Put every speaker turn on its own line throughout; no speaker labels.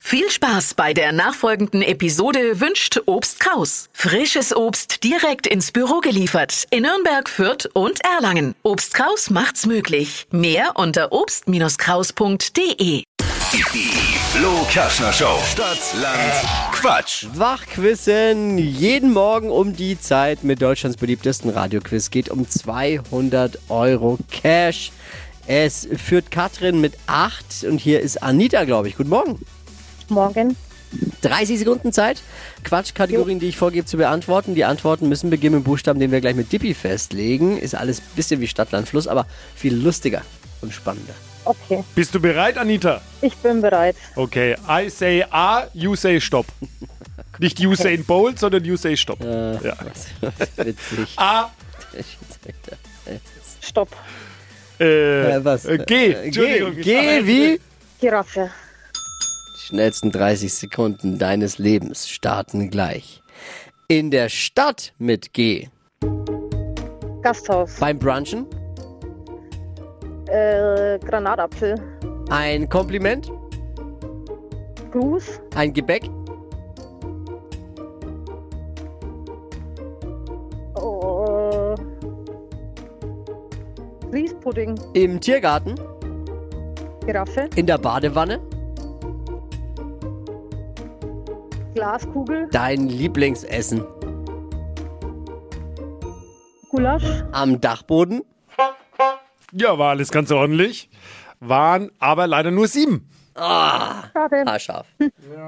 Viel Spaß bei der nachfolgenden Episode wünscht Obst Kraus. Frisches Obst direkt ins Büro geliefert in Nürnberg, Fürth und Erlangen. Obst Kraus macht's möglich. Mehr unter obst-kraus.de.
Die Flo Kaschner Show. Stadt, Land, Quatsch.
Wachquissen. Jeden Morgen um die Zeit mit Deutschlands beliebtesten Radioquiz geht um 200 Euro Cash. Es führt Katrin mit 8 und hier ist Anita, glaube ich. Guten Morgen.
Morgen.
30 Sekunden Zeit, Quatschkategorien, die ich vorgebe, zu beantworten. Die Antworten müssen beginnen mit Buchstaben, den wir gleich mit Dippi festlegen. Ist alles ein bisschen wie Stadt, Land, Fluss, aber viel lustiger und spannender.
Okay,
Bist du bereit, Anita?
ich bin bereit.
Okay, I say A, you say Stop. Nicht Usain Bolt, sondern you say Stop. ja.
Witzig.
A,
Stopp.
äh,
Äh, was?
äh,
Äh,
G, Entschuldigung.
G, G wie?
Giraffe.
schnellsten 30 Sekunden deines Lebens starten gleich. In der Stadt mit G.
Gasthaus.
Beim Brunchen
Äh, Granatapfel.
ein Kompliment,
Gruß.
ein Gebäck,
Oh, äh, Grießpudding.
im Tiergarten,
Giraffe.
in der Badewanne,
Glaskugel.
dein Lieblingsessen,
Gulasch.
am Dachboden,
Ja, war alles ganz ordentlich. Waren aber leider nur sieben.
Schade.
haarscharf.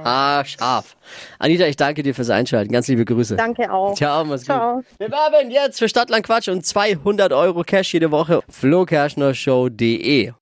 Haarscharf. Anita, ich danke dir fürs Einschalten. Ganz liebe Grüße.
Danke auch.
Ciao, mach's
Ciao.
gut. Wir werben jetzt für Stadtland Quatsch und 200 Euro Cash jede Woche. flokerschnershow.de